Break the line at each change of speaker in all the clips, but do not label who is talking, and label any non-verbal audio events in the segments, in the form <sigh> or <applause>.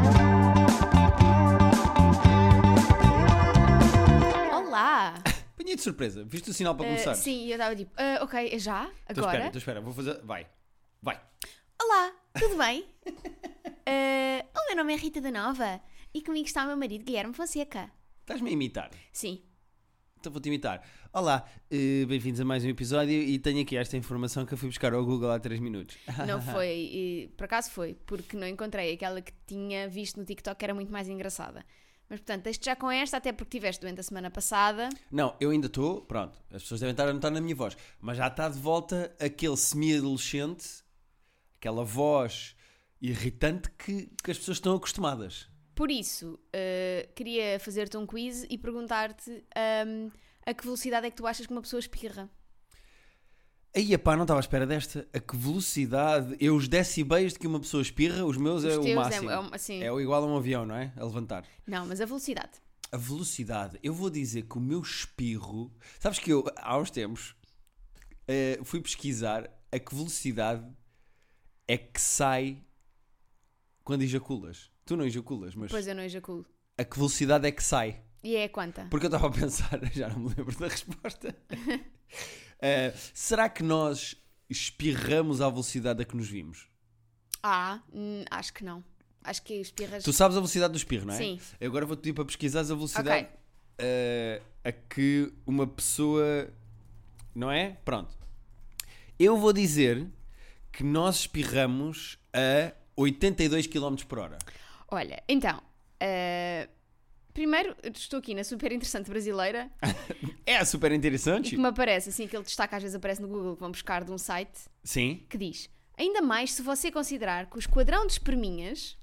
<laughs> tinha de surpresa. Viste o sinal para começar?
Ah, sim, e eu estava tipo, ah, ok, é já?
Então
Agora?
espera, então espera, vou fazer. Vai, vai.
Olá, tudo
<laughs>
bem? Ah, o meu nome é Rita da Nova e comigo está o meu marido Guilherme Fonseca.
Estás-me a imitar.
Sim,
Então vou-te imitar. Olá, eh, bem-vindos a mais um episódio e tenho aqui esta informação que eu fui buscar ao Google há 3 minutos. <laughs>
não foi, e, por acaso foi, porque não encontrei aquela que tinha visto no TikTok que era muito mais engraçada. Mas portanto, deixo-te já com esta, até porque estiveste doente a semana passada.
Não, eu ainda estou, pronto, as pessoas devem estar a notar na minha voz, mas já está de volta aquele semi-adolescente, aquela voz irritante que, que as pessoas estão acostumadas.
Por isso, eh, queria fazer-te um quiz e perguntar-te ahm, a que velocidade é que tu achas que uma pessoa espirra?
Aí, pá, não estava à espera desta. A que velocidade. Eu, os decibéis de que uma pessoa espirra, os meus é
Os
o
teus é-
máximo.
é um- assim.
É o igual a um avião, não é? A levantar.
Não, mas a velocidade.
A velocidade. Eu vou dizer que o meu espirro. Sabes que eu, há uns tempos, eh, fui pesquisar a que velocidade é que sai quando ejaculas. Tu não ejaculas, mas
Pois eu não ejaculo.
a que velocidade é que sai?
E é a quanta?
Porque eu estava a pensar, <laughs> já não me lembro da resposta. Eh, será que nós espirramos à velocidade a que nos vimos?
Ah, hum, acho que não. Acho que espirras.
Tu sabes a velocidade do espirro, não é?
Sim.
Eu Agora vou-te pedir para pesquisares a velocidade eh, a que uma pessoa. Não é? Pronto. Eu vou dizer que nós espirramos a 82 km por hora.
Olha, então. eh, primeiro, estou aqui na super interessante brasileira
É super
e
interessante.
que me aparece, assim, aquele destaque às vezes aparece no Google que vão buscar de um site,
Sim.
que diz: ainda mais se você considerar que o esquadrão de esperminhas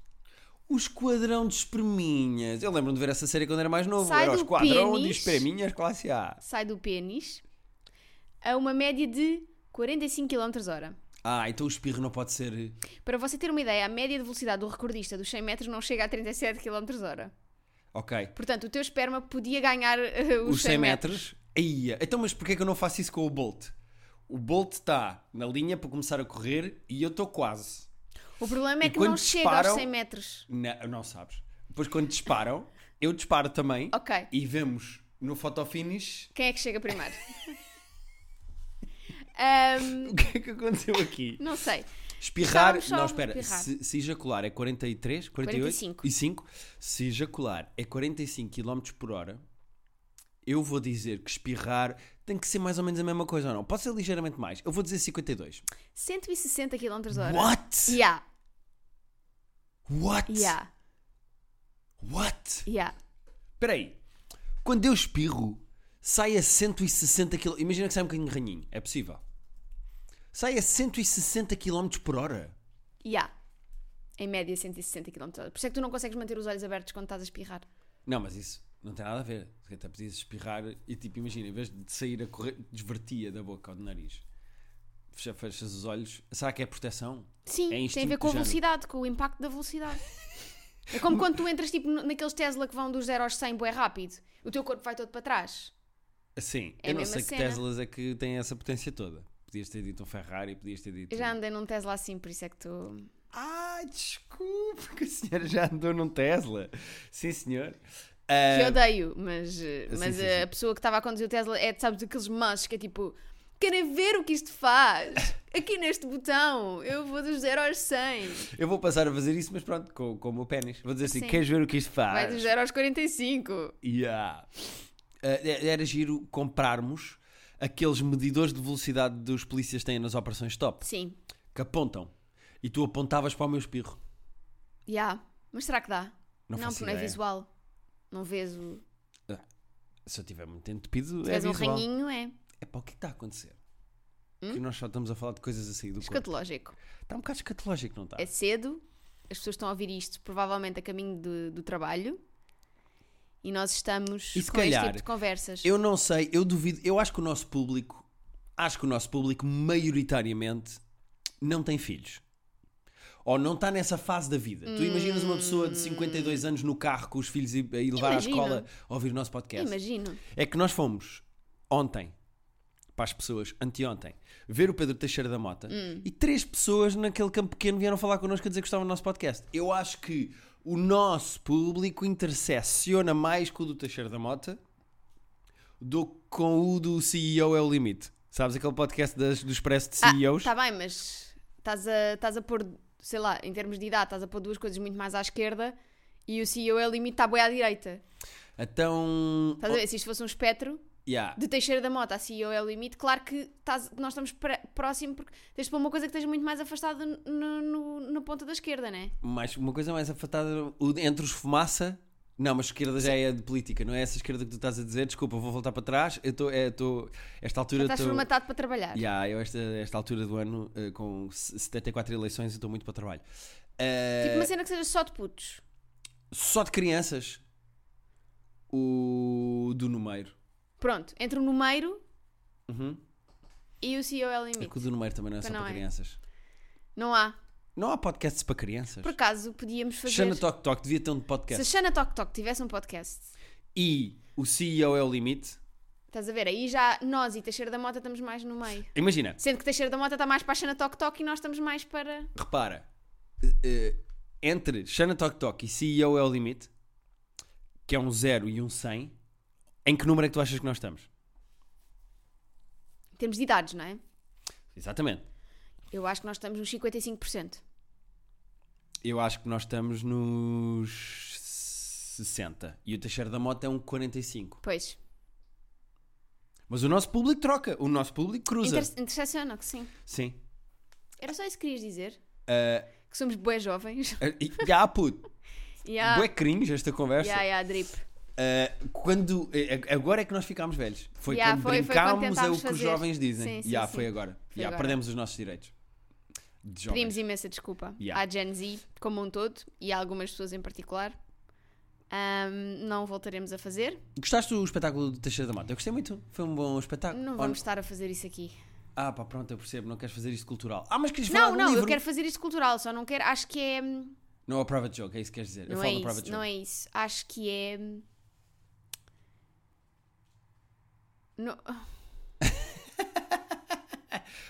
O Esquadrão de Esperminhas. Eu lembro-me de ver essa série quando era mais novo.
Sai
era o
do
Esquadrão de
pênis.
Esperminhas Classe A.
sai do pênis a uma média de 45 km hora.
Ah, então o espirro não pode ser.
Para você ter uma ideia, a média de velocidade do recordista dos 100 metros não chega a 37 km hora.
Ok.
Portanto, o teu esperma podia ganhar eh, os,
os 100 metros. Aí, então, mas porquê é que eu não faço isso com o Bolt? O Bolt está na linha para começar a correr e eu estou quase.
O problema é
E
que não
quando
chega
disparam-
aos 100 metros.
Na- não sabes. Depois, quando disparam, eu disparo também
Ok.
e vemos no fotofinish <laughs>
Quem é que chega primeiro? <laughs> Ahm,
o que é que aconteceu aqui.
não sei.
Espirrar,
Estávamos só
não,
a
espera,
espirrar.
Se, se ejacular é 43, 48
45.
e 5, se ejacular é 45 km por hora, eu vou dizer que espirrar tem que ser mais ou menos a mesma coisa ou não? Pode ser ligeiramente mais, eu vou dizer 52.
160 km hora.
What?
Yeah,
What?
yeah,
What?
yeah.
Espera aí. Quando eu espirro, sai a 160 km. Imagina que sai um bocadinho ranhinho. É possível. Sai a 160 km por hora.
Yeah. Em média 160 km hora. Por isso é que tu não consegues manter os olhos abertos quando estás a espirrar.
Não, mas isso não tem nada a ver. Se calhar Até podias espirrar e tipo, imagina, em vez de sair a correr, desvertia da boca ou do nariz. Fecha- Fechas os olhos. Será que é proteção?
Sim,
É
tem a
instinto
ver com a
do género.
velocidade, com o impacto da velocidade. É como quando tu entras tipo no- naqueles Tesla que vão dos 0 aos 100 bué rápido. O teu corpo vai todo para trás. É a
Sim, Assim, eu não
mesma
sei que
cena.
Teslas é que têm essa potência toda. Podias ter dito um Ferrari, podias ter dito. um-
Eu já andei num Tesla assim, por isso é que tu...
Ah, desculpa, que a senhora já andou num Tesla. Sim, senhor.
que eu
Ah,
odeio, mas, eh,
sim,
mas
sim,
eh,
sim.
a pessoa que estava a conduzir o Tesla é, sabes, aqueles mas que é tipo, querem ver o que isto faz? Aqui neste botão, eu vou dos 0 aos 100,
eu vou passar a fazer isso, mas pronto, com, com o meu pênis. Vou dizer assim:
Sim.
queres ver o que isto faz?
vai dos 0 aos 45.
Yeah. Ah, é- era giro comprarmos aqueles medidores de velocidade dos polícias têm nas operações stop,
Sim,
que apontam. E tu apontavas para o meu espirro.
já, mas será que dá?
Não faço
porque não é
ideia.
visual. Não vês o.
Se eu estiver muito entupido,
Se
é
vês um Hum?
visual.
ranhinho, é
é para o que está a acontecer? Que nós só estamos a falar de coisas a sair do corpo.
escatológico.
Está um bocado escatológico, não está?
É cedo, as pessoas estão a ouvir isto provavelmente a caminho do, do trabalho e nós estamos
E se
com este
calhar,
tipo de conversas.
Eu não sei, eu duvido, eu acho que o nosso público, acho que o nosso público maioritariamente não tem filhos. Ou não está nessa fase da vida. Tu imaginas uma pessoa de 52 anos no carro com os filhos e, e levar
Imagino.
à escola a ouvir o nosso podcast.
Imagino.
É que nós fomos ontem para as pessoas, anteontem, ver o Pedro Teixeira da Mota e três pessoas naquele campo pequeno vieram falar connosco a dizer que gostavam do nosso podcast. Eu acho que o nosso público intercessiona mais com o do Teixeira da Mota do com o do CEO é o limite. Sabes aquele podcast das, do Expresso de
Ah,
CEOs?
Está tá bem, mas estás a, estás a pôr, sei lá, em termos de idade, estás a pôr duas coisas muito mais à esquerda e o CEO é o limite, está bem à direita.
Então.
Estás a ver? Se isto fosse um espectro
yeah.
de Teixeira da Mota a CEO é o limite, claro que estás- nós estamos pra- próximo porque tens de pôr uma coisa que esteja muito mais afastada no, no, no ponto da esquerda, né?
mais, uma coisa mais afetada o de- entre os fumaça. Não, mas esquerda já é de política, não é essa esquerda que tu estás a dizer. Desculpa, vou voltar para trás. Eu estou. É, tô- esta altura.
Estás
tô-
formatado para trabalhar.
Yeah, eu, esta, esta altura do ano, eh, com se- 74 eleições, estou muito para o trabalho. Eh,
Tipo uma cena que seja só de putos.
Só de crianças. O do Numeiro.
Pronto, entre o numeiro
Uhum.
e o CEO é o
É
limite.
que o do Numeiro também não é só
Então não
para
é.
crianças.
Não há.
Não há podcasts para crianças.
Por acaso, podíamos fazer.
Xana Toc Toc devia ter um
Se a
podcast.
Xana Tok Tok tivesse um podcast,
E o CEO é o limite.
estás a ver? Aí já nós e Teixeira da Mota estamos mais no meio.
Imagina,
Sendo que Teixeira da Mota está mais para a Xana Tok Tok e nós estamos mais para.
repara, eh, eh, entre Xana Tok Tok e CEO é o limite, que é um 0 e um 100, em que número é que tu achas que nós estamos?
Em termos de idades, não é?
Exatamente.
Eu acho que nós estamos nos 55%.
Eu acho que nós estamos nos 60 e o Teixeira da Mota é um 45.
Pois.
Mas o nosso público troca, o nosso público cruza.
Inter intersecciona, que sim.
Sim.
Era só isso que querias dizer. Que somos bué
<laughs>
jovens.
Eh, e- Já, puto,
yeah.
bué cringe esta conversa.
Yeah, yeah, drip.
Uh, quando eh, agora é que nós ficámos velhos. Foi
Yeah,
quando
foi- foi quando
brincámos a o
tentámos
que os
fazer.
jovens dizem.
Sim, sim,
yeah,
sim.
Foi agora.
Foi
Yeah,
agora.
Perdemos os nossos direitos. De jovens.
Pedimos imensa desculpa
Yeah.
à Gen Z como um todo e a algumas pessoas em particular. Ahm, não voltaremos a fazer.
Gostaste do espetáculo do Teixeira da Mata? Eu gostei muito. Foi um bom espetáculo.
Não
Ou-
vamos estar a fazer isso aqui.
Ah, pá, pronto, eu percebo. Não queres fazer isto cultural. Ah, mas queres falar
Não,
do
não,
livro?
eu quero fazer isto cultural, só não quero. Acho que é. hum,
Não é o private joke, é isso que queres dizer. eu
Não
falo
é
do private
isso,
joke.
não é isso. Acho que é. hum, no-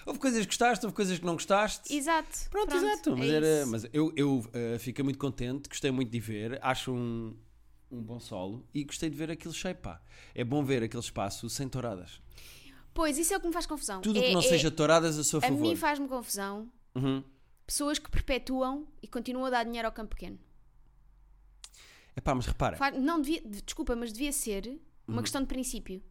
Houve coisas que gostaste, houve coisas que não gostaste.
Exato.
Pronto, exato. Mas,
é
era,
isso.
mas eu, eu uh, fiquei muito contente, gostei muito de ver, acho um, um bom solo e gostei de ver aquele shape. Pá. É bom ver aquele espaço sem touradas.
Pois, isso é o que me faz confusão.
Tudo o
é,
que não
é-
seja touradas, eu sou a
A
favor.
mim faz-me confusão
Uhum.
pessoas que perpetuam e continuam a dar dinheiro ao campo pequeno.
Epá, mas repara,
Faz- não devia, de- desculpa, mas devia ser
Uhum.
uma questão de princípio.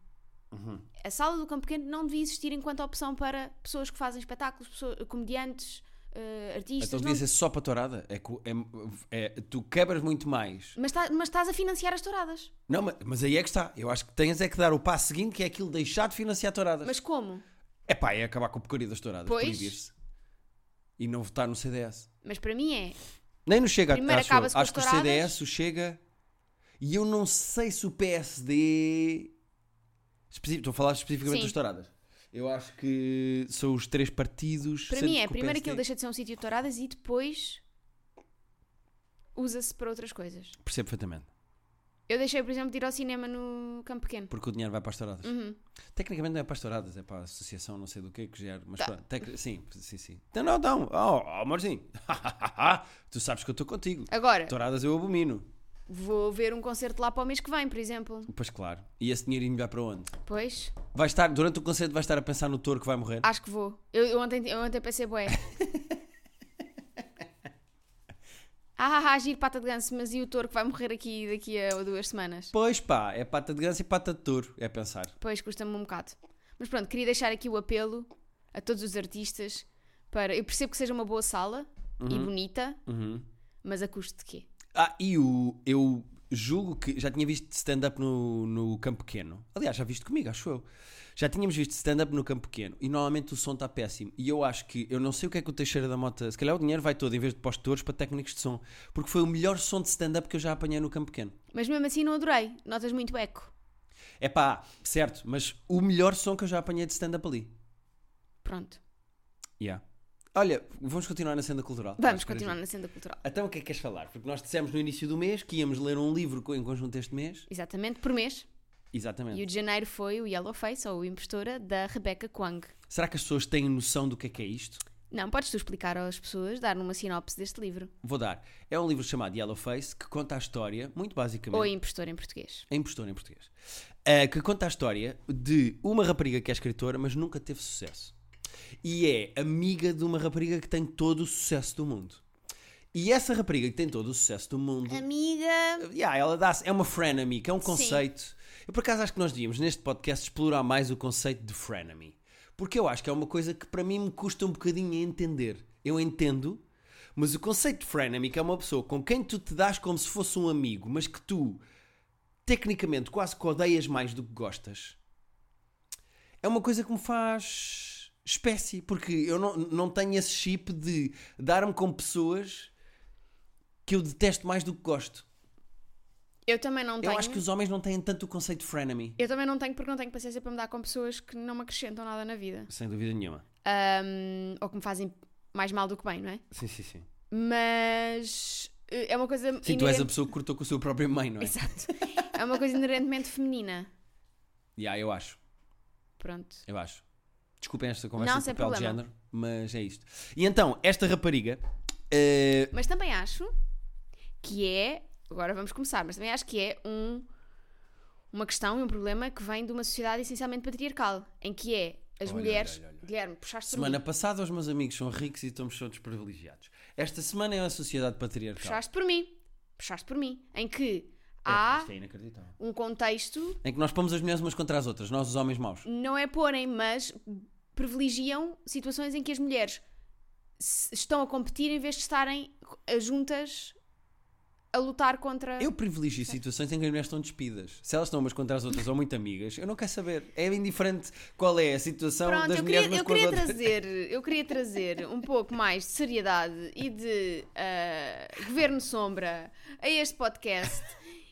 A sala do campo pequeno não devia existir enquanto opção para pessoas que fazem espetáculos, pessoas- comediantes, eh, artistas.
então
não-
devia ser só para tourada. É, que é- é- tu quebras muito mais.
mas, tá- mas estás a financiar as touradas.
Não, mas, mas aí é que está. Eu acho que tens é que dar o passo seguinte, que é aquilo de deixar de financiar touradas.
Mas como?
Epá, é acabar com a porcaria das touradas,
Pois.
proibir-se. E não votar no CDS.
Mas para mim é.
Nem nos chega
Primeiro
acho, eu.
acaba-se com
acho que o
as touradas.
CDS o chega. E eu não sei se o PSD. especi- Estou a falar especificamente
Sim.
das touradas. Eu acho que são os três partidos.
Para
sendo
mim é.
que o
Primeiro
PSD
aquilo deixa de ser um sítio de touradas e depois usa-se para outras coisas.
Percebo perfeitamente.
Eu deixei, por exemplo, de ir ao cinema no campo pequeno.
Porque o dinheiro vai para as touradas.
Uhum.
Tecnicamente não é para as touradas, é para a associação não sei do que que gera. Mas pronto, tec- sim, sim, sim. Então não, não. Oh, oh amorzinho. <laughs> tu sabes que eu estou contigo.
Agora,
Touradas eu abomino.
vou ver um concerto lá para o mês que vem, por exemplo.
Pois claro. E esse dinheirinho vai para onde?
Pois,
Vai estar, durante o concerto, vai estar a pensar no touro que vai morrer?
acho que vou. Eu, eu ontem, eu ontem pensei, bué. ah, ah, ah, giro pata de ganso, mas e o touro que vai morrer aqui daqui a duas semanas?
Pois pá, é pata de ganso e pata de touro, é pensar.
Pois, custa-me um bocado. Mas pronto, queria deixar aqui o apelo a todos os artistas para... Eu percebo que seja uma boa sala
Uhum.
e bonita, mas a custo de quê?
Ah, e o, eu julgo que já tinha visto stand-up no, no Campo Pequeno. Aliás, já viste comigo, acho eu. Já tínhamos visto stand-up no Campo Pequeno e normalmente o som está péssimo. E eu acho que, eu não sei o que é que o Teixeira da Mota, se calhar o dinheiro vai todo em vez de postores para técnicos de som, porque foi o melhor som de stand-up que eu já apanhei no Campo Pequeno.
Mas mesmo assim não adorei. Notas muito eco.
É pá, certo, mas o melhor som que eu já apanhei de stand-up ali.
Pronto.
Yeah. Olha, vamos continuar na senda cultural.
Vamos
Acho que era
continuar na senda cultural.
Então o que é que queres falar? Porque nós dissemos no início do mês que íamos ler um livro co- em conjunto este mês.
Exatamente, por mês.
Exatamente.
E o de janeiro foi o Yellowface, ou o Impostora, da Rebecca Kwang.
Será que as pessoas têm noção do que é que é isto?
Não, podes tu explicar às pessoas, dar uma sinopse deste livro.
Vou dar. É um livro chamado Yellowface que conta a história, muito basicamente.
Ou impostor em português.
Em postura em português. Ah, que conta a história de uma rapariga que é escritora, mas nunca teve sucesso. E é amiga de uma rapariga que tem todo o sucesso do mundo. E essa rapariga que tem todo o sucesso do
É
mundo.
Amiga.
Yeah, ela dá é uma frenemy, que é um conceito. Eu por acaso acho que nós devíamos neste podcast explorar mais o conceito de frenemy. Porque eu acho que é uma coisa que para mim me custa um bocadinho a entender. Eu entendo, mas o conceito de frenemy, que é uma pessoa com quem tu te dás como se fosse um amigo, mas que tu tecnicamente quase que odeias mais do que gostas, é uma coisa que me faz espécie, porque eu não, não tenho esse chip de dar-me com pessoas que eu detesto mais do que gosto.
Eu também não tenho.
Eu acho que os homens não têm tanto o conceito de frenemy.
Eu também não tenho porque não tenho paciência para me dar com pessoas que não me acrescentam nada na vida.
Sem dúvida nenhuma.
Ahm, ou que me fazem mais mal do que bem, não é?
Sim, sim, sim.
Mas eh, é uma coisa.
Sim, tu és a
inerente-
pessoa que cortou com o seu próprio mãe, não é?
Exato. É uma coisa inerentemente feminina.
Yeah, eu acho,
Pronto.
eu acho. Desculpem esta conversa
Não,
de
sem
papel de
problema.
género, mas é isto. E então, esta rapariga. eh,
Mas também acho que é. Agora vamos começar, mas também acho que é um, uma questão e um problema que vem de uma sociedade essencialmente patriarcal, em que é as
Olha,
mulheres.
olha, olha, olha.
Guilherme, puxaste por
semana
mim.
passada, os meus amigos são ricos e estamos todos privilegiados. Esta semana é a sociedade patriarcal.
Puxaste por mim. Puxaste por mim. Em que
É,
há
isto é inacreditável.
um contexto
Em que nós pomos as mulheres umas contra as outras, nós os homens maus.
não é porem, mas privilegiam situações em que as mulheres se- estão a competir em vez de estarem eh, juntas a lutar contra.
Eu privilegio situações em que as mulheres estão despidas. Se elas estão umas contra as outras ou muito amigas, eu não quero saber. É indiferente qual é a situação
Pronto,
das
eu
mulheres
queria,
umas
eu
com as
queria
outras.
trazer,
<laughs>
eu queria trazer um pouco mais de seriedade e de ah, governo sombra a este podcast.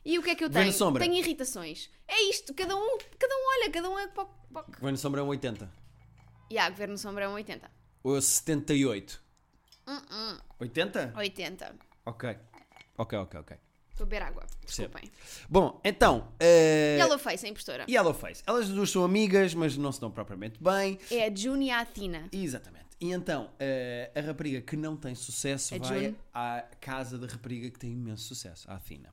E o que é que eu
Governo
tenho?
sombra.
Tenho irritações. É isto, cada um, cada um olha, cada um é para o- para o que-
Governo Sombra é um 80.
E há governo sombra é um 80.
Ou é 78?
Hum, hum,
80?
80.
Ok. Ok, ok, ok.
Estou a beber água, desculpem.
Bom, então. eh,
Ela fez a impostora.
Yellowface. Elas duas são amigas, mas não se dão propriamente bem.
É a June e a Athena.
Exatamente. E então, eh, a rapariga que não tem sucesso
A
vai
É June.
à casa da rapariga que tem imenso sucesso, a Athena.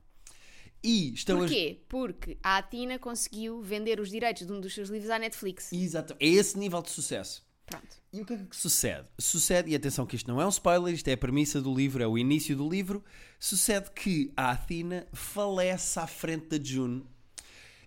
E estão Então as.
Porquê? Porque a Athena conseguiu vender os direitos de um dos seus livros à Netflix.
Exato. É esse nível de sucesso.
Pronto.
E o que é que sucede? Sucede, e atenção que isto não é um spoiler, isto é a premissa do livro, é o início do livro. Sucede que a Athena falece à frente da June.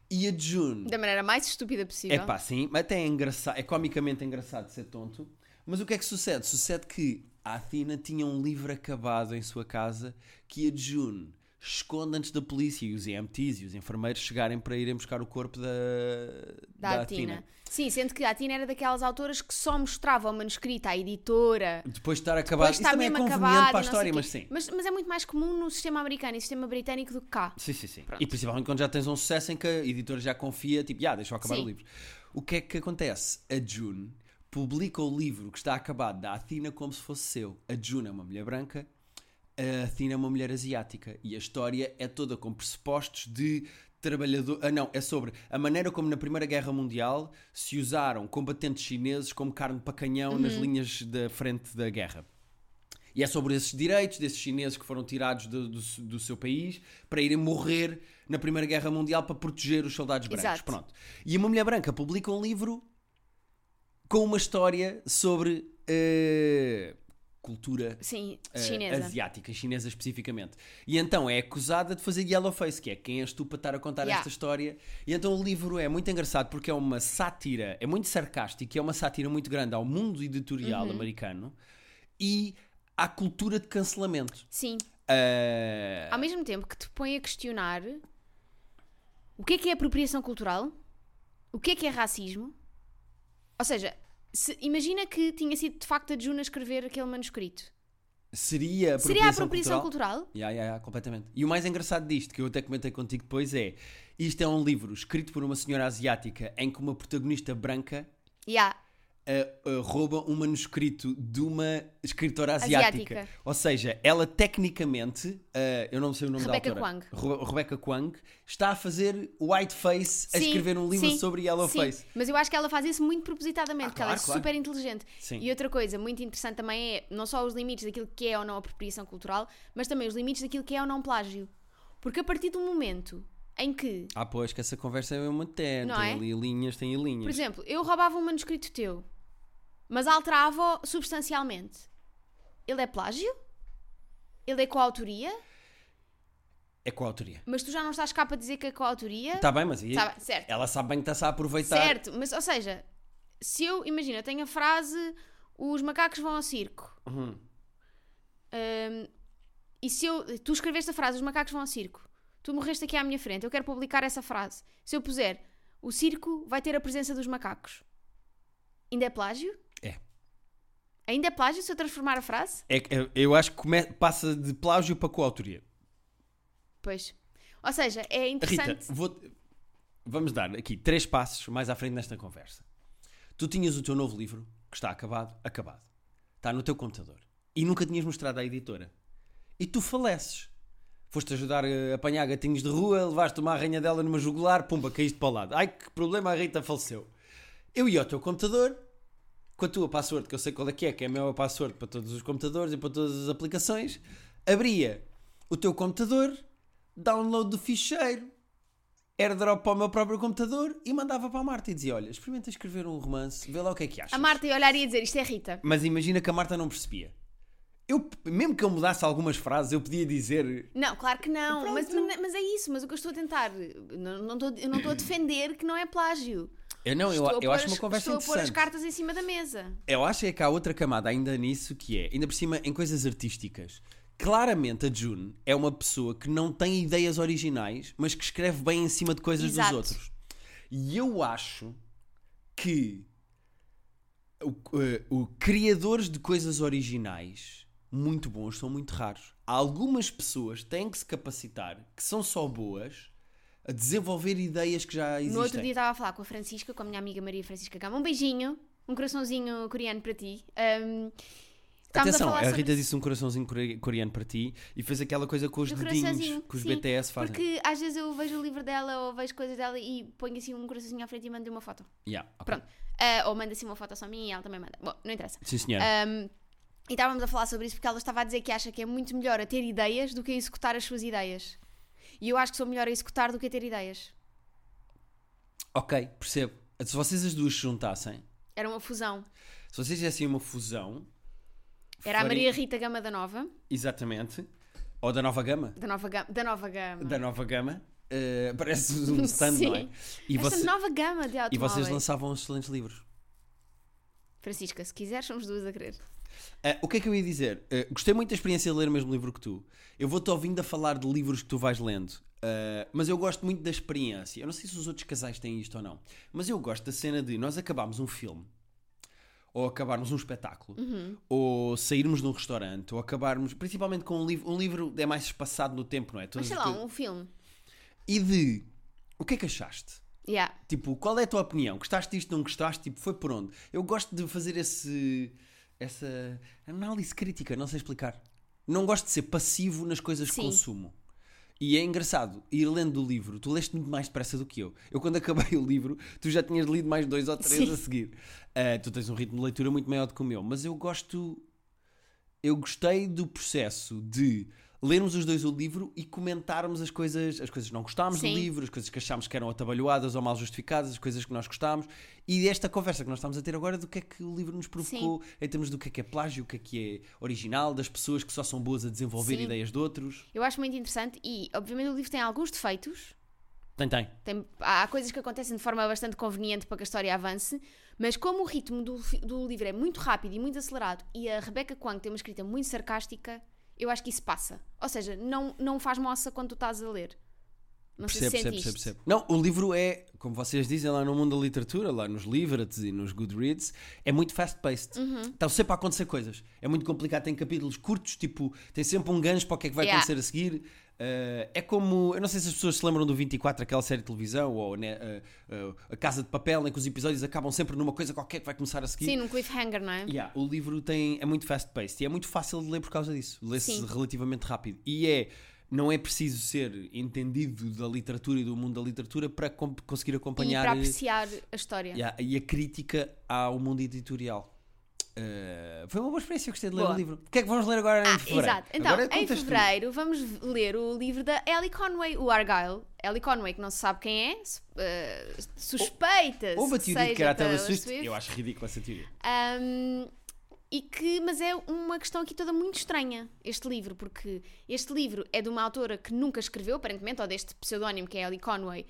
E a June.
Da maneira mais estúpida
É
possível.
pá, sim, mas até é engraçado, é comicamente engraçado ser tonto. Mas o que é que sucede? Sucede que a Athena tinha um livro acabado em sua casa que a June esconde antes da polícia e os EMTs e os enfermeiros chegarem para irem buscar o corpo da,
da, Athena. Sim, sendo que a Athena era daquelas autoras que só mostrava o manuscrito à editora.
Depois de estar acabado,
Depois
isso
está
também é
mesmo
conveniente
acabado
para a
e não sei
história,
quê.
mas sim.
mas Mas é muito mais comum no sistema americano e sistema britânico do que cá.
Sim, sim, sim.
Pronto.
E principalmente quando já tens um sucesso em que a editora já confia, tipo, já, deixa eu acabar
Sim.
o livro. O que é que acontece? A June publica o livro que está acabado da Athena como se fosse seu. A June é uma mulher branca, a Athena é uma mulher asiática. E a história é toda com pressupostos de trabalhador. Ah, não, é sobre a maneira como na Primeira Guerra Mundial se usaram combatentes chineses como carne para canhão nas
Uhum.
linhas da frente da guerra. E é sobre esses direitos desses chineses que foram tirados do, do, do seu país para irem morrer na Primeira Guerra Mundial para proteger os soldados brancos.
Exato.
Pronto. E uma mulher branca publica um livro com uma história sobre eh, cultura
Sim,
eh,
chinesa.
asiática, chinesa especificamente. E então é acusada de fazer yellowface, que é quem és tu para estar a contar
Yeah.
esta história. E então o livro é muito engraçado porque é uma sátira, é muito sarcástico, e é uma sátira muito grande ao mundo editorial
Uhum.
americano e à cultura de cancelamento.
Sim.
Eh,
Ao mesmo tempo que te põe a questionar o que é que é apropriação cultural, o que é que é racismo. Ou seja, se- imagina que tinha sido de facto a June a escrever aquele manuscrito.
seria a
Seria a apropriação cultural?
Ya, ya, ya, completamente. E o mais engraçado disto, que eu até comentei contigo depois, é isto é um livro escrito por uma senhora asiática em que uma protagonista branca
Yeah.
uh, uh, rouba um manuscrito de uma escritora asiática.
Asiática.
Ou seja, ela tecnicamente, uh, eu não sei o nome
Rebecca
da autora,
Kwang.
Ro- Rebecca Kwang, está a fazer whiteface a
Sim,
escrever um livro
sim,
sobre yellowface.
Sim, mas eu acho que ela faz isso muito propositadamente,
Ah,
porque ela é
claro, claro.
super inteligente.
Sim.
E outra coisa muito interessante também é não só os limites daquilo que é ou não apropriação cultural, mas também os limites daquilo que é ou não plágio. Porque a partir do momento em que,
Ah, pois, que essa conversa é mesmo até. Tem
Não é?
ali linhas, tem ali linhas.
por exemplo, eu roubava um manuscrito teu, mas alterava-o substancialmente, ele é plágio? Ele é coautoria?
É com a autoria.
Mas tu já não estás cá para dizer que é coautoria?
Está bem, mas aí
Tá bem, certo.
ela sabe bem que está-se a aproveitar.
Certo, mas ou seja, se eu, imagina, eu tenho a frase os macacos vão ao circo.
Uhum.
Hum, e se eu, tu escreveste a frase os macacos vão ao circo, tu morreste aqui à minha frente, eu quero publicar essa frase. Se eu puser o circo vai ter a presença dos macacos, ainda é plágio?
É.
Ainda é plágio se eu transformar a frase?
É que, eu- eu acho que come- passa de plágio para coautoria.
Pois. Ou seja, é
Rita,
interessante.
vou- vamos dar aqui três passos mais à frente nesta conversa. Tu tinhas o teu novo livro, que está acabado, acabado. Está no teu computador. E nunca tinhas mostrado à editora. E tu faleces. Foste ajudar a apanhar gatinhos de rua, levaste uma arranha dela numa jugular, pumba, caíste para o lado. Ai, que problema, a Rita faleceu. Eu ia ao teu computador, com a tua password, que eu sei qual é que é, que é a mesma password para todos os computadores e para todas as aplicações, abria o teu computador, download do ficheiro, airdrop para o meu próprio computador e mandava para a Marta e dizia: Olha, experimenta escrever um romance, vê lá o que é que achas.
A Marta ia olhar e ia dizer isto é Rita.
Mas imagina que a Marta não percebia. Eu, mesmo que eu mudasse algumas frases, eu podia dizer.
Não, claro que não, mas,
Pronto.
mas é isso, mas o que eu estou a tentar, não, não estou, eu não estou a defender que não é plágio.
Eu não, eu,
Estou a
eu
pôr
acho
as-
uma conversa
Estou a pôr as
interessante.
cartas em cima da mesa.
Eu acho é que há outra camada ainda nisso que é, ainda por cima, em coisas artísticas. Claramente a June é uma pessoa que não tem ideias originais, mas que escreve bem em cima de coisas
Exato.
dos outros. E eu acho que o, eh, o criadores de coisas originais muito bons são muito raros. Algumas pessoas têm que se capacitar, que são só boas, a desenvolver ideias que já existem.
No outro dia estava a falar com a Francisca, com a minha amiga Maria Francisca Gama. Um beijinho, um coraçãozinho coreano para ti. Um, estávamos
Atenção, a,
sobre
Rita disse um coraçãozinho core- coreano para ti e fez aquela coisa com os
do
dedinhos
coraçãozinho,
que os
sim,
BTS fazem.
Porque às vezes eu vejo o livro dela ou vejo coisas dela e ponho assim um coraçãozinho à frente e mando-lhe uma foto.
Yeah, ok.
Pronto. Ah, ou manda assim uma foto só a mim e ela também manda. Bom, não interessa.
Sim, senhora.
Um, e estávamos a falar sobre isso porque ela estava a dizer que acha que é muito melhor a ter ideias do que a executar as suas ideias. E eu acho que sou melhor a executar do que a ter ideias.
Ok, percebo. Se vocês as duas se juntassem,
Era uma fusão.
se vocês fizessem uma fusão.
Era a
farem-
Maria Rita Gama da Nova.
Exatamente. Ou da nova gama.
Da Nova Gama. Da Nova Gama.
Da nova gama. Eh, <laughs> parece
<laughs>
um stand, não é?
Sim.
E,
Esta
você-
nova gama de
e
automóveis.
vocês lançavam excelentes livros.
Francisca, se quiseres, somos duas a querer.
Ah, o que é que eu ia dizer? Ah, gostei muito da experiência de ler o mesmo livro que tu. Eu vou-te ouvindo a falar de livros que tu vais lendo. Ah, mas eu gosto muito da experiência. Eu não sei se os outros casais têm isto ou não. Mas eu gosto da cena de nós acabarmos um filme, ou acabarmos um espetáculo,
Uhum.
ou sairmos de um restaurante, ou acabarmos. Principalmente com um livro. Um livro é mais espaçado no tempo, não é?
Mas
Todas
sei
as
lá,
coisas-
um filme.
E de. O que é que achaste?
Yeah.
Tipo, qual é a tua opinião? Gostaste disto, não gostaste? Tipo, foi por onde? Eu gosto de fazer esse, essa análise crítica, não sei explicar. Não gosto de ser passivo nas coisas que
Sim.
consumo. E é engraçado, ir lendo o livro, tu leste muito mais depressa do que eu. Eu, quando <laughs> acabei o livro, tu já tinhas lido mais dois ou três
Sim.
a seguir. Ah, tu tens um ritmo de leitura muito maior do que o meu, mas eu gosto. Eu gostei do processo de lermos os dois o livro e comentarmos as coisas, as coisas que não gostámos
Sim.
do livro, as coisas que achámos que eram atabalhoadas ou mal justificadas, as coisas que nós gostámos e esta conversa que nós estamos a ter agora do que é que o livro nos provocou em termos do que é que é plágio, o que é que é original, das pessoas que só são boas a desenvolver
Sim.
ideias de outros.
Eu acho muito interessante e, obviamente, o livro tem alguns defeitos.
Tem, tem.
Tem, há, há coisas que acontecem de forma bastante conveniente para que a história avance, mas como o ritmo do, fi- do livro é muito rápido e muito acelerado e a Rebecca Kwang tem uma escrita muito sarcástica, eu acho que isso passa. Ou seja, não, não faz moça quando tu estás a ler. Não sei se
Percebo, percebo,
sentiste.
percebo, percebo. Não, o livro é, como vocês dizem lá no mundo da literatura, lá nos Liverets e nos Goodreads, é muito fast-paced.
Uhum.
Estão sempre a acontecer coisas. É muito complicado, tem capítulos curtos, tipo, tem sempre um gancho para o que é que vai
Yeah.
acontecer a seguir. Eh, é como, eu não sei se as pessoas se lembram do 24, aquela série de televisão, ou né, eh, eh, A Casa de Papel, em que os episódios acabam sempre numa coisa qualquer que vai começar a seguir.
Sim, num cliffhanger, não é?
Yeah, o livro tem, é muito fast-paced e é muito fácil de ler por causa disso. Lê-se
Sim.
relativamente rápido. E é, não é preciso ser entendido da literatura e do mundo da literatura para com- conseguir
E
acompanhar
para apreciar a história.
eh, yeah, e a crítica ao mundo editorial. Uh, foi uma boa experiência, eu gostei de ler
Boa.
o livro. O que é que vamos ler agora em fevereiro?
Exato. Então,
Agora é
em
contas tu.
fevereiro vamos ler o livro da Ellie Conway, o Argyle. Ellie Conway, que não se sabe quem é, su- eh, suspeita-se.
Houve a
que
teoria de que
seja
era a Taylor
Taylor
Swift.
Swift.
Eu acho ridícula essa teoria.
Um, e que, mas é uma questão aqui toda muito estranha, este livro, porque este livro é de uma autora que nunca escreveu, aparentemente, ou deste pseudónimo que é Ellie Conway,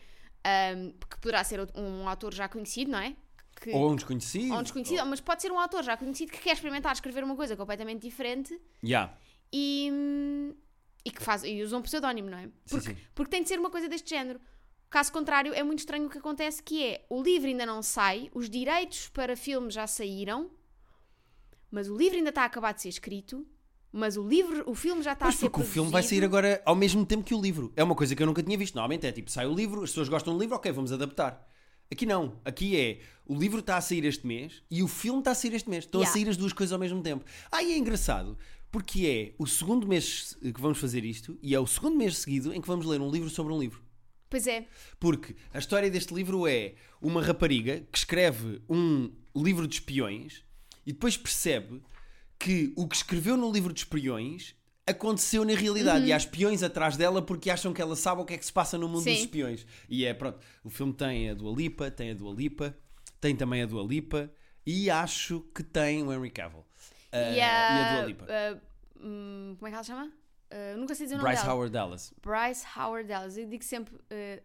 um, que poderá ser outro- um autor já conhecido, não é? Que,
Ou um desconhecido.
ou um desconhecido, mas pode ser um autor já conhecido que quer experimentar escrever uma coisa completamente diferente
Yeah.
e, hum, e que faz, e usa um pseudónimo, não é? Porque,
sim.
porque tem de ser uma coisa deste género. Caso contrário, é muito estranho o que acontece, que é o livro ainda não sai, os direitos para filme já saíram, mas o livro ainda está a acabar de ser escrito, mas o livro, o filme já está
Pois
a ser
porque o filme vai sair
produzido.
agora ao mesmo tempo que o livro. É uma coisa que eu nunca tinha visto. Normalmente é tipo, sai o livro, as pessoas gostam do livro, ok, vamos adaptar. Aqui não. Aqui é, o livro está a sair este mês e o filme está a sair este mês. Estão a
Yeah.
sair as duas coisas ao mesmo tempo. Ah, e é engraçado, porque é o segundo mês que vamos fazer isto e é o segundo mês seguido em que vamos ler um livro sobre um livro.
Pois é,
Porque a história deste livro é uma rapariga que escreve um livro de espiões e depois percebe que o que escreveu no livro de espiões aconteceu na realidade
Uhum.
e há espiões atrás dela porque acham que ela sabe o que é que se passa no mundo dos
Sim.
espiões. E é pronto, o filme tem a Dua Lipa, tem a Dua Lipa, tem também a Dua Lipa e acho que tem o Henry Cavill. Ah,
e a,
Dua Lipa.
ah, hum, como é que ela se chama? Ah, nunca sei dizer o nome
Bryce
dela.
Howard Dallas.
Bryce Howard Dallas. Eu digo sempre ah,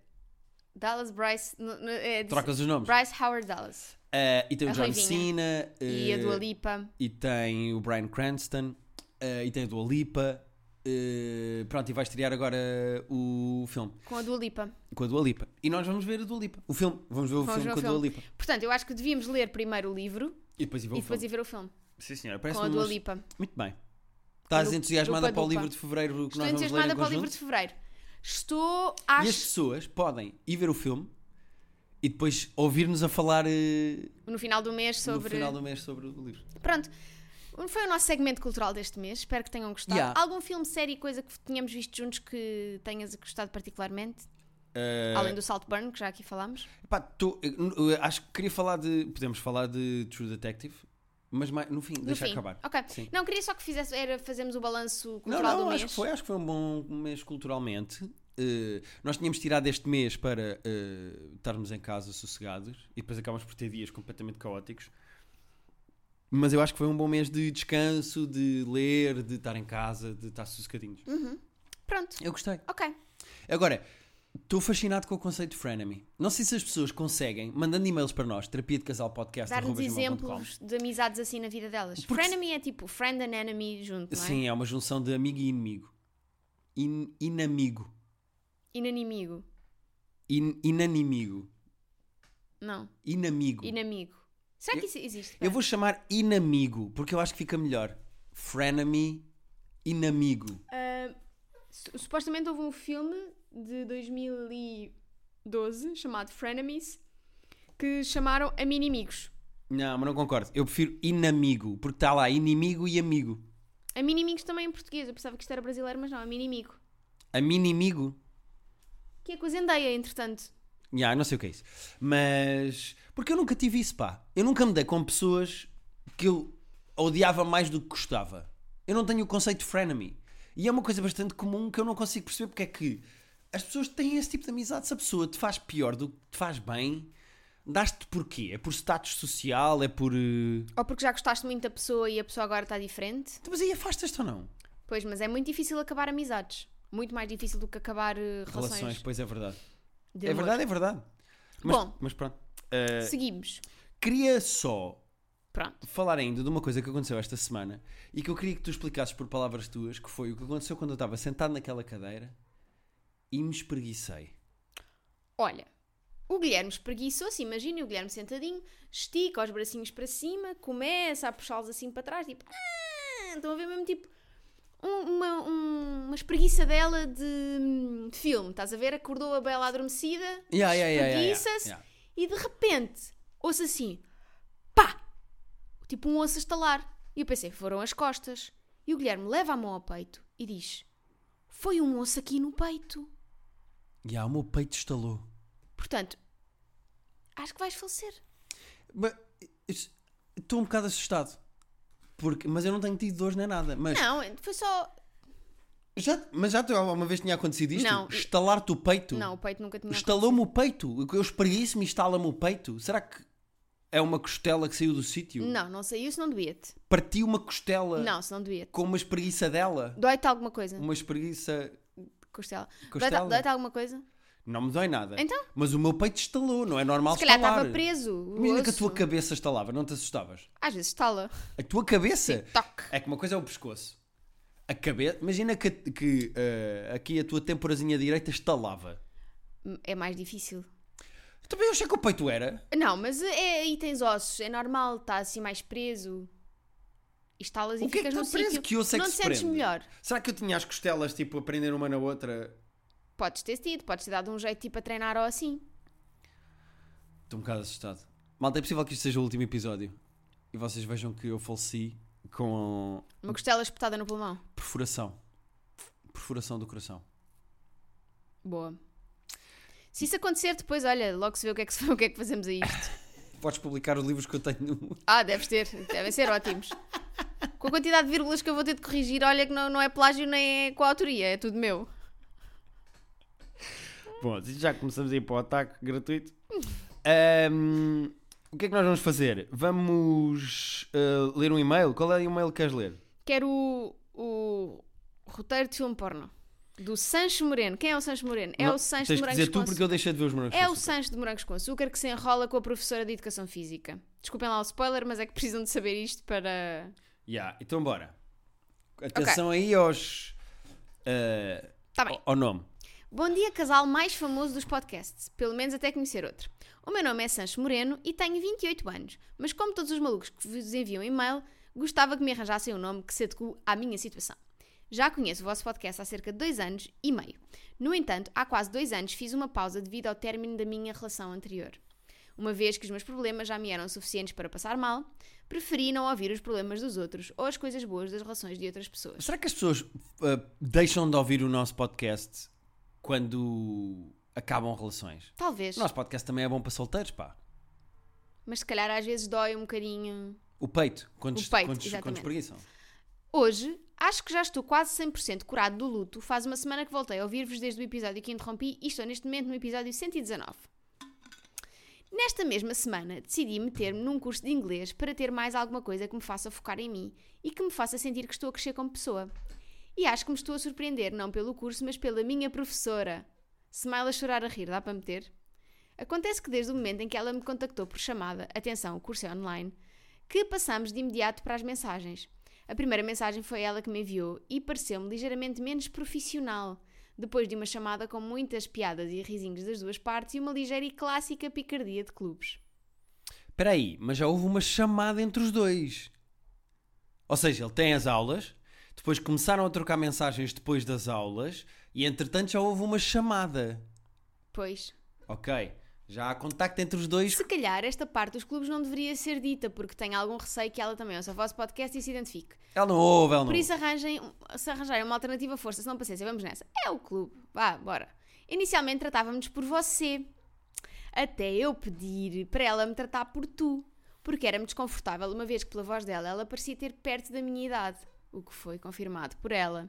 Dallas Bryce. n- n- é de-
Trocas os nomes.
Bryce Howard Dallas.
Ah, e tem o
a
John
Ruivinha.
Cena.
E a
ah,
Dua Lipa.
e tem o Brian Cranston eh, e tem a Dua Lipa eh, pronto, e vai estrear agora o filme
Com a Dua Lipa.
com a Dua Lipa e nós vamos ver a Dua Lipa o filme, vamos ver o
Vamos
filme
ver o
com a Dua
filme.
Lipa
Portanto, eu acho que devíamos ler primeiro o livro
e depois ir ver
e
o
depois
filme
ir ver o filme.
sim senhora, parece
com a Dua Lipa.
muito bem estás
Grupo-
entusiasmada
grupo
para o
dupla.
livro de Fevereiro que
Estou
nós vamos ler
entusiasmada para
em
o
conjunto
livro de Fevereiro. Estou,
e
acho,
as pessoas podem ir ver o filme e depois ouvir-nos a falar eh,
no final do mês
no
sobre...
final do mês sobre o livro
Pronto. Foi o nosso segmento cultural deste mês. Espero que tenham gostado.
Yeah.
Algum filme, série, coisa que tínhamos visto juntos que tenhas gostado particularmente?
Eh,
Além do Saltburn, que já aqui falámos.
Pá, tô- eu- eu acho que queria falar de. Podemos falar de True Detective, mas mais- no fim, deixa
no fim.
acabar.
Ok.
Sim.
Não, queria só que fizesse, era fazermos o balanço
Não,
cultural do
não, acho
mês.
que foi, acho que foi um bom mês culturalmente. Eh, nós tínhamos tirado este mês para eh, estarmos em casa sossegados e depois acabamos por ter dias completamente caóticos. Mas eu acho que foi um bom mês de descanso, de ler, de estar em casa, de estar sossegadinhos.
Hum. Pronto.
Eu gostei.
Ok.
Agora, estou fascinado com o conceito de frenemy. Não sei se as pessoas conseguem, mandando e-mails para nós, terapia de casal podcast,
Dar-nos exemplos de amizades assim na vida delas.
Porque-
Frenemy é tipo friend and enemy junto, não é?
Sim, é uma junção de amigo e inimigo. In, inamigo.
Inanimigo.
In, inanimigo.
Não.
Inamigo.
Inamigo. Será que isso existe?
Eu vou chamar inamigo, porque eu acho que fica melhor. Frenemy, inamigo.
Ah, su- supostamente houve um filme de 2012 chamado Frenemies que chamaram a inimigos.
Não, mas não concordo. Eu prefiro inamigo, porque está lá inimigo e amigo.
A inimigos também em português. Eu pensava que isto era brasileiro, mas não. A inimigo.
A minimigo.
Que é com a Zendaya, entretanto.
Ya, não sei o que é isso. Mas. Porque eu nunca tive isso, pá. Eu nunca me dei com pessoas que eu odiava mais do que gostava. Eu não tenho o conceito de frenemy. E é uma coisa bastante comum que eu não consigo perceber porque é que as pessoas têm esse tipo de amizade. Se a pessoa te faz pior do que te faz bem, dás-te porquê? É por status social? É por. eh, Então,
Ou porque já gostaste muito da pessoa e a pessoa agora está diferente.
Mas aí afastas-te ou não?
Pois, mas é muito difícil acabar amizades. Muito mais difícil do que acabar eh, relações.
pois é verdade.
de
é
amor.
verdade, é verdade. Mas,
Bom.
mas pronto. Eh,
Seguimos.
queria só
Pronto.
falar ainda de uma coisa que aconteceu esta semana e que eu queria que tu explicasses por palavras tuas, que foi o que aconteceu quando eu estava sentado naquela cadeira e me espreguicei.
Olha, o Guilherme espreguiçou-se, imagina o Guilherme sentadinho, estica os bracinhos para cima, começa a puxá-los assim para trás, tipo. "Ah", Estão a ver mesmo tipo um- uma, um- uma espreguiça dela de, de filme, estás a ver? Acordou a Bela adormecida,
Yeah, yeah, yeah, yeah, yeah,
espreguiça-se
yeah.
e de repente ouço assim, pá! Tipo um osso a estalar. E eu pensei, foram as costas. E o Guilherme leva a mão ao peito e diz: Foi um osso aqui no peito.
Yeah, o meu peito estalou.
Portanto, acho que vais falecer.
Mas, isso- Estou um bocado assustado. Porque, mas eu não tenho tido dores nem nada. Mas
Não, foi só.
já, mas já te- uma vez tinha acontecido isto?
Não.
Estalar-te o peito?
Não, o peito nunca tinha.
Estalou-me o peito. Eu espreguiço-me e estala-me o peito. Será que é uma costela que saiu do sítio?
Não, não saiu, se não doía-te.
Parti uma costela
Não, se não doía-te.
com uma espreguiça dela?
Dói-te alguma coisa?
Uma espreguiça.
Costela. Dói-te-
Costela?
Dói-te alguma coisa?
Não me dói nada.
Então?
Mas o meu peito estalou, não é normal
Se calhar
estalar.
estava preso. o
Imagina que a
osso.
tua cabeça estalava, não te assustavas.
Às vezes estala.
A tua cabeça.
Toque.
É que uma coisa é o pescoço. A cabeça. Imagina que, que, eh, aqui a tua temporazinha direita estalava.
É mais difícil.
Também eu achei que o peito era.
Não, mas é, aí tens ossos, é normal, está assim mais preso. E estalas e
O que é que
ficas no
está preso?
sítio.
Que osso é
não
que
te
se
sentes
prende?
melhor.
Será que eu tinha as costelas tipo a prender uma na outra?
Podes ter tido, podes ter dado um jeito tipo a treinar ou assim.
Estou um bocado assustado. Malta, é possível que isto seja o último episódio. E vocês vejam que eu faleci com
Uma costela espetada no pulmão.
perfuração. Perfuração do coração.
Boa. Se isso acontecer, depois, olha, logo se vê o que é que, se- <laughs> o que, é que fazemos a isto.
Podes publicar os livros que eu tenho.
Ah, deves ter, devem ser ótimos. Com a quantidade de vírgulas que eu vou ter de corrigir, olha que não, não é plágio nem é coautoria, é tudo meu.
Bom, assim já começamos a ir para o ataque
<laughs>
gratuito. Ahm, o que é que nós vamos fazer? Vamos ah, ler um e-mail? Qual é o e-mail que queres ler?
Quero o, o roteiro de filme porno do Sancho Moreno. Quem é o Sancho Moreno? É
Não,
o Sancho
Tens
de
que
Morangos
dizer
com
tu porque
açúcar.
eu deixei de ver os morangos.
É
com
o
açúcar.
Sancho de Morangos com Açúcar que se enrola com a professora de Educação Física. Desculpem lá o spoiler, mas é que precisam de saber isto para.
Yeah, então bora. Atenção aí aos... ah,
Tá bem.
ao- Ao nome.
Bom dia, casal mais famoso dos podcasts, pelo menos até conhecer outro. O meu nome é Sancho Moreno e tenho 28 anos, mas como todos os malucos que vos enviam e-mail, gostava que me arranjassem um nome que se adeque à minha situação. Já conheço o vosso podcast há cerca de dois anos e meio. No entanto, há quase dois anos fiz uma pausa devido ao término da minha relação anterior. Uma vez que os meus problemas já me eram suficientes para passar mal, preferi não ouvir os problemas dos outros ou as coisas boas das relações de outras pessoas.
Será que as pessoas ah, deixam de ouvir o nosso podcast quando acabam relações?
Talvez,
O nosso podcast também é bom para solteiros, pá.
mas se calhar às vezes dói um bocadinho.
O peito. Quando,
O
des-
peito,
quando, des- quando
exatamente.
espreguiçam.
Hoje, acho que já estou quase 100% curado do luto. Faz uma semana que voltei a ouvir-vos desde o episódio que interrompi e estou neste momento no episódio 119. Nesta mesma semana, decidi meter-me num curso de inglês para ter mais alguma coisa que me faça focar em mim e que me faça sentir que estou a crescer como pessoa. E acho que me estou a surpreender, não pelo curso, mas pela minha professora. Smile a chorar a rir, dá para meter? Acontece que desde o momento em que ela me contactou por chamada, atenção, o curso é online, que passamos de imediato para as mensagens. A primeira mensagem foi ela que me enviou e pareceu-me ligeiramente menos profissional. Depois de uma chamada com muitas piadas e risinhos das duas partes e uma ligeira e clássica picardia de clubes.
Espera aí, mas já houve uma chamada entre os dois. Ou seja, ele tem as aulas, depois começaram a trocar mensagens depois das aulas e entretanto já houve uma chamada.
Pois,
Ok, já há contacto entre os dois.
se calhar esta parte dos clubes não deveria ser dita, porque tenho algum receio que ela também ouça o vosso podcast e se identifique.
Ela não ouve, ela não
Por
ouve.
isso é arranjem, um, se arranjarem uma alternativa, força, se não paciência, vamos nessa. É o clube, vá, bora. Inicialmente tratávamos por você, até eu pedir para ela me tratar por tu, porque era-me desconfortável, uma vez que pela voz dela ela parecia ter perto da minha idade, o que foi confirmado por ela.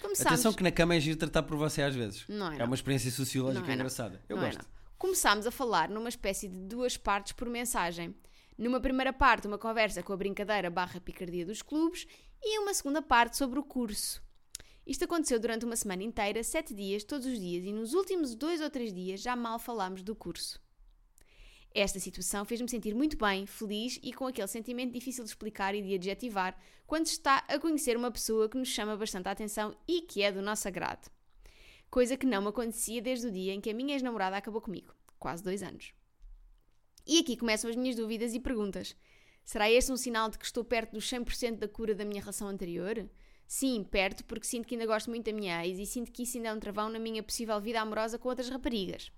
Começámos...
Atenção que na cama é giro tratar por você às vezes.
Não é
é
não.
uma experiência sociológica
Não é não.
engraçada. Eu
Não é,
gosto.
não. Começámos a falar numa espécie de duas partes por mensagem. Numa primeira parte, uma conversa com a brincadeira barra picardia dos clubes e uma segunda parte sobre o curso. Isto aconteceu durante uma semana inteira, sete dias, todos os dias, e nos últimos dois ou três dias já mal falámos do curso. Esta situação fez-me sentir muito bem, feliz e com aquele sentimento difícil de explicar e de adjetivar quando se está a conhecer uma pessoa que nos chama bastante a atenção e que é do nosso agrado coisa que não me acontecia desde o dia em que a minha ex-namorada acabou comigo, quase dois anos. E aqui começam as minhas dúvidas e perguntas. Será este um sinal de que estou perto dos 100% da cura da minha relação anterior? Sim, perto, porque sinto que ainda gosto muito da minha ex e sinto que isso ainda é um travão na minha possível vida amorosa com outras raparigas.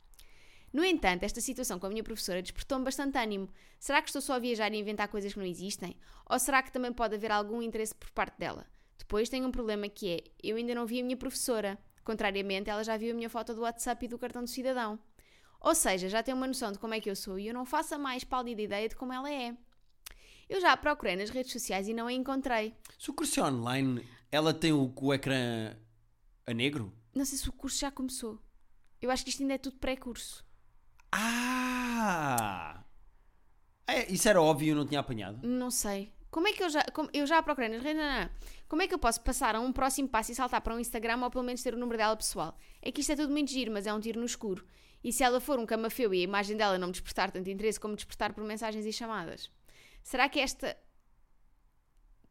No entanto, esta situação com a minha professora despertou-me bastante ânimo. Será que estou só a viajar e inventar coisas que não existem? Ou será que também pode haver algum interesse por parte dela? Depois tenho um problema que é, eu ainda não vi a minha professora. Contrariamente, ela já viu a minha foto do WhatsApp e do cartão do cidadão. Ou seja, já tem uma noção de como é que eu sou e eu não faço a mais pálida ideia de como ela é. Eu já a procurei nas redes sociais e não a encontrei.
Se o curso é online, ela tem o, o ecrã a negro?
Não sei se o curso já começou. Eu acho que isto ainda é tudo pré-curso.
Ah! É, isso era óbvio e eu não tinha apanhado.
Não sei. Como é que eu já. como- eu já a procurei nas redes. Não, não, não. Como é que eu posso passar a um próximo passo e saltar para um Instagram ou pelo menos ter o número dela pessoal? É que isto é tudo muito giro, mas é um tiro no escuro. E se ela for um camafeu e a imagem dela não me despertar tanto interesse como despertar por mensagens e chamadas? Será que esta.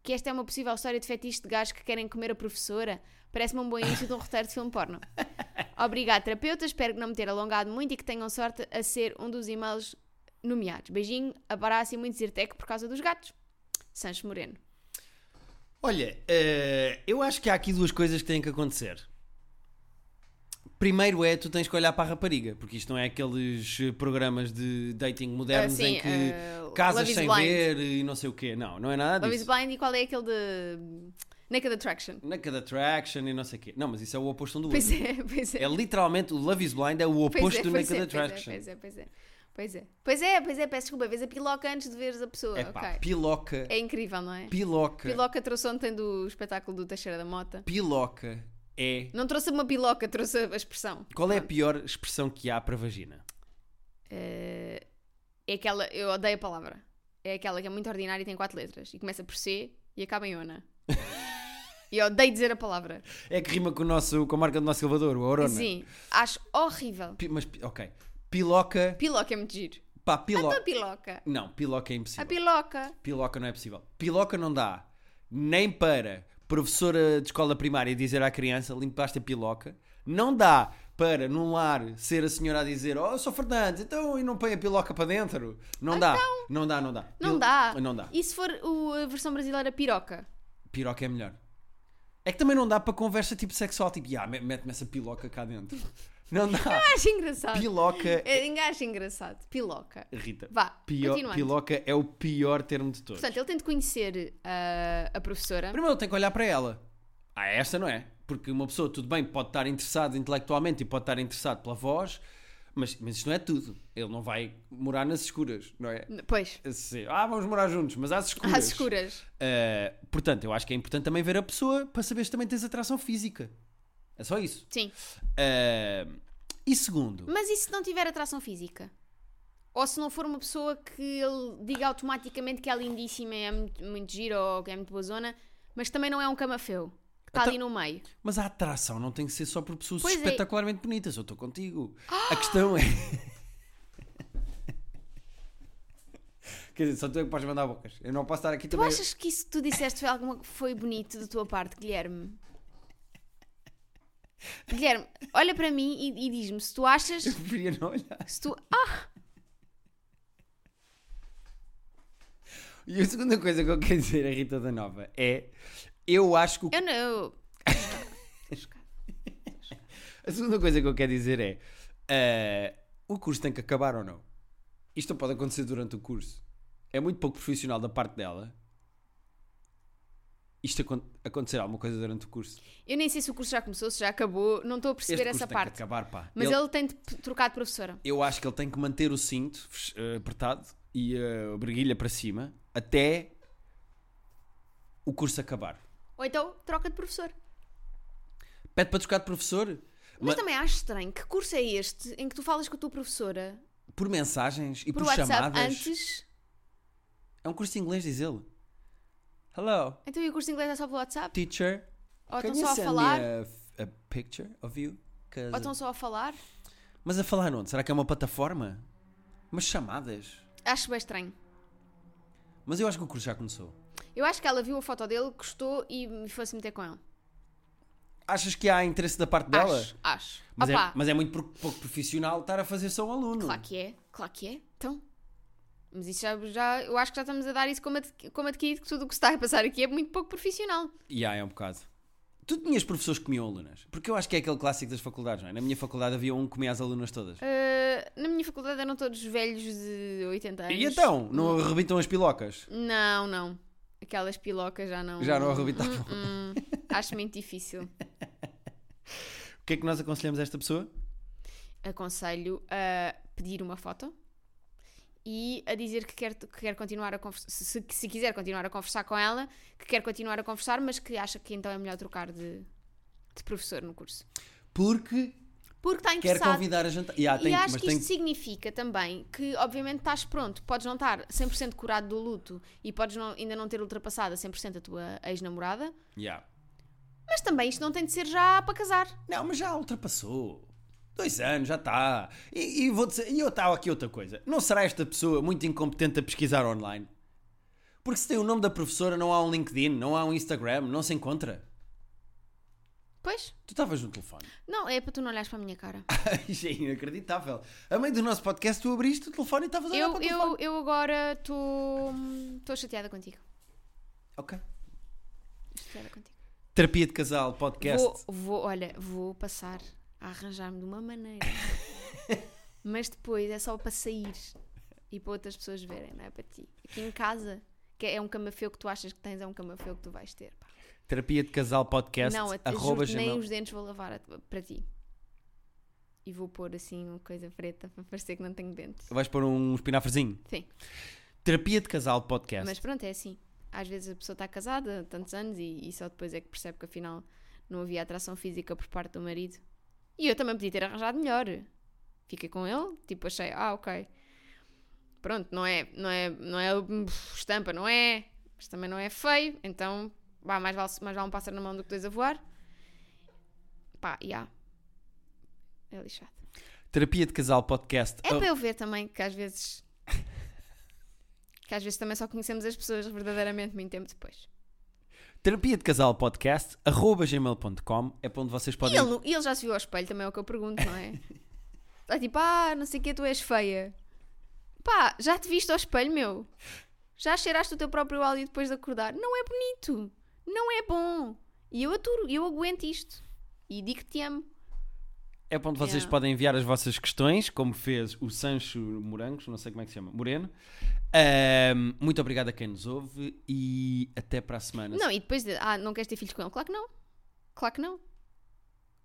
que esta é uma possível história de fetiche de gajos que querem comer a professora? Parece-me um bom início de um roteiro de filme porno. Obrigado, terapeuta. Espero que não me ter alongado muito e que tenham sorte a ser um dos e-mails nomeados. Beijinho, abraço e muito Zirtec por causa dos gatos. Sancho Moreno.
Olha, eh, eu acho que há aqui duas coisas que têm que acontecer. Primeiro é tu tens que olhar para a rapariga, porque isto não é aqueles eh, programas de dating modernos
Ah, sim,
em que
eh,
casas
Love is
sem
Blind.
ver e não sei o quê. Não, não é nada
Love
disso.
is Blind e qual é aquele de hum, Naked Attraction?
Naked Attraction e não sei o quê. Não, mas isso é o oposto um do
Pois
outro.
é, pois é.
É literalmente o Love is Blind é o
pois
oposto
é,
do
pois
Naked
é,
Attraction.
Pois é, pois é, pois é. Pois é, pois é, peço desculpa, vês a piloca antes de veres a pessoa.
Epá,
é. ok.
piloca,
É incrível, não é?
piloca,
Piloca trouxe ontem do espetáculo do Teixeira da Mota.
piloca é.
Não trouxe uma piloca, trouxe a expressão.
Qual é a pior expressão que há para vagina?
Eh, é aquela, eu odeio a palavra. É aquela que é muito ordinária e tem quatro letras. E começa por C e acaba em
<laughs>
ONA. e eu odeio dizer a palavra.
É que rima com, o nosso, com a marca do nosso elevador, o Arona.
Sim, acho horrível.
Pi- mas, pi- ok. Piloca,
Piloca é muito giro. Então
pá,
Ah,
piloca.
a piloca.
Não, piloca é
A
impossível.
piloca.
Piloca não é possível. Piloca não dá nem para professora de escola primária dizer à criança limpaste a piloca, não dá para num lar ser a senhora a dizer oh, eu sou Fernandes, então e não põe a piloca para dentro? Não dá, não dá, não dá.
Então, Não
Pil-
dá.
Não dá.
E se for o- a versão brasileira piroca? <laughs>
Piroca é melhor. É que também não dá para conversa tipo sexual, tipo, ah, me- mete-me essa piloca cá dentro. Não dá.
Acho engraçado.
Piloca. é
Eu Acho engraçado. Piloca.
Rita.
Vá,
pio-
continuando.
Piloca é o pior termo de todos.
Portanto, ele tem de conhecer ah, a professora.
Primeiro tem que olhar para ela. Ah, esta não é. Porque uma pessoa, tudo bem, pode estar interessada intelectualmente e pode estar interessada pela voz, mas, mas isto não é tudo. Ele não vai morar nas escuras, não é?
Pois,
Se- Ah, vamos morar juntos, mas às escuras.
às escuras.
Ah, portanto, eu acho que é importante também ver a pessoa para saber se também tens atração física. É só isso.
Sim.
Ah, e segundo,
Mas e se não tiver atração física? Ou se não for uma pessoa que ele diga automaticamente que é lindíssima, é muito, muito giro ou que é muito boa zona, mas também não é um camafeu. Que está
Então-
ali no meio.
mas a atração não tem que ser só por pessoas
Pois é. Ah!
espetacularmente bonitas. Eu estou contigo. A questão é. <laughs> Quer dizer, só tu é que podes mandar bocas. Eu não posso estar aqui
Tu
também.
achas que isso que tu disseste foi alguma foi bonito da tua parte, Guilherme? Guilherme, olha para mim e, e diz-me se tu achas
Eu <laughs> preferia não olhar.
se tu ah,
E a segunda coisa que eu quero dizer a Rita da Nova é. Eu acho que o
eu não eu-
A segunda coisa que eu quero dizer é: eh, o curso tem que acabar ou não? Isto não pode acontecer durante o curso. É muito pouco profissional da parte dela. Isto acon acontecer alguma coisa durante o curso.
eu nem sei se o curso já começou, se já acabou, não estou a
Este
perceber
curso
essa
tem que
parte.
acabar, pá.
Mas
Ele-
ele... tem de p- trocar de professora.
Eu acho que ele tem que manter o cinto fech- eh, apertado e eh, a briguilha para cima até o curso acabar.
Ou então troca de professor.
Pede para trocar de professor
Mas,
ma-
também acho estranho que curso é este em que tu falas com a tua professora
por mensagens e
por
por,
WhatsApp
chamadas.
antes.
É um curso de inglês, diz ele. Hello,
Então e o curso de inglês é só pelo WhatsApp?
teacher.
Ou
Can
estão
you
só a
send
falar?
Me a, f- a picture of you? 'Cause-
Ou estão só a falar?
Mas a falar onde? Será que é uma plataforma? Mas chamadas?
Acho bem estranho.
Mas eu acho que o curso já começou.
Eu acho que ela viu a foto dele, gostou e me fosse meter com ele.
Achas que há interesse da parte dela?
Acho, acho.
Mas, é,
Opa,
mas é muito pro- pouco profissional estar a fazer só um aluno.
claro que é, claro que é. Então. Mas isso já, já- eu acho que já estamos a dar isso como, adqui- como adquirido que tudo o que se está a passar aqui é muito pouco profissional.
E há, é um bocado. Tu tinhas professores que comiam alunas? Porque eu acho que é aquele clássico das faculdades, não é? Na minha faculdade havia um que comia as alunas todas.
Ah, na minha faculdade eram todos velhos de 80 anos.
E então? Não arrebitam as pilocas?
Não, não. Aquelas pilocas já não.
Já não arrebitavam.
Hum, acho muito difícil.
O que é que nós aconselhamos a esta pessoa?
Aconselho a pedir uma foto e a dizer que quer, que quer continuar a conversar. Se, se quiser continuar a conversar com ela, que quer continuar a conversar, mas que acha que então é melhor trocar de, de professor no curso.
Porque
Porque está
quer
interessado.
convidar a jantar. Yeah, tem-
É e acho
mas
que
tem-
isto significa também que, obviamente, estás pronto, podes não estar 100% curado do luto e podes não- ainda não ter ultrapassado a 100% a tua ex-namorada,
Yeah.
mas também isto não tem de ser já para casar.
Não, mas já ultrapassou. Dois anos, já está. E, e vou dizer, e eu estava aqui outra coisa. Não será esta pessoa muito incompetente a pesquisar online? Porque se tem o nome da professora, não há um LinkedIn, não há um Instagram, não se encontra.
Pois?
Tu estavas no telefone. <laughs>
Não, é para tu não olhares para a minha cara.
Isto é inacreditável. A meio do nosso podcast, tu abriste o telefone e estavas a olhar
Eu,
para o telefone.
eu, eu agora estou estou chateada contigo.
Ok.
Estou Chateada contigo.
Terapia de casal, podcast.
Vou, vou, olha, vou passar a arranjar-me de uma maneira. Mas depois é só para sair e para outras pessoas verem, não é para ti. Aqui em casa, que é um camafeu que tu achas que tens, é um camafeu que tu vais ter. pá.
Terapia de casal, podcast.
não, até
arroba
juro nem
gmail.
os dentes vou lavar a- para ti. E vou pôr assim uma coisa preta para parecer que não tenho dentes.
Vais pôr um espinafrezinho.
Sim.
Terapia de casal, podcast.
Mas pronto, é assim. Às vezes a pessoa está casada há tantos anos e, e só depois é que percebe que afinal não havia atração física por parte do marido. E eu também podia ter arranjado melhor. Fiquei com ele, tipo, achei, ah, ok. Pronto, não é, não é, não é hum, estampa, não é, mas também não é feio, então, vá, mais vale, mais vale um pássaro na mão do que dois a voar. Pá, e há. É lixado.
Terapia de casal, podcast.
É para eu ver também que às vezes. que às vezes também só conhecemos as pessoas verdadeiramente muito tempo depois.
Terapia de Casal Podcast, arroba gmail.com, é para onde vocês
E
podem.
ele, não- e ele já se viu ao espelho, também é o que eu pergunto, não é? Está tipo, ah, não sei o que, tu és feia. Pá, já te viste ao espelho, meu? Já cheiraste o teu próprio óleo depois de acordar? Não é bonito. Não é bom. E eu aturo, eu aguento isto. E digo que te amo.
É para onde vocês
Yeah.
podem enviar as vossas questões, como fez o Sancho Morangos, não sei como é que se chama, Moreno. Ahm, muito obrigado a quem nos ouve e até para a semana.
Não, e depois, de, ah, não queres ter filhos com ele? Claro que não. Claro que não.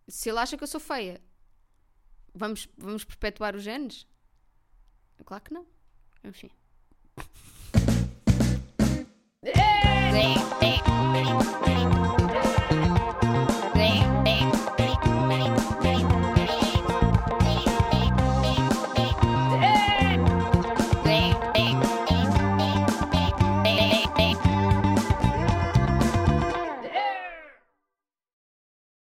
Se ele acha que eu sou feia, vamos, vamos perpetuar os genes? Claro que não. Enfim.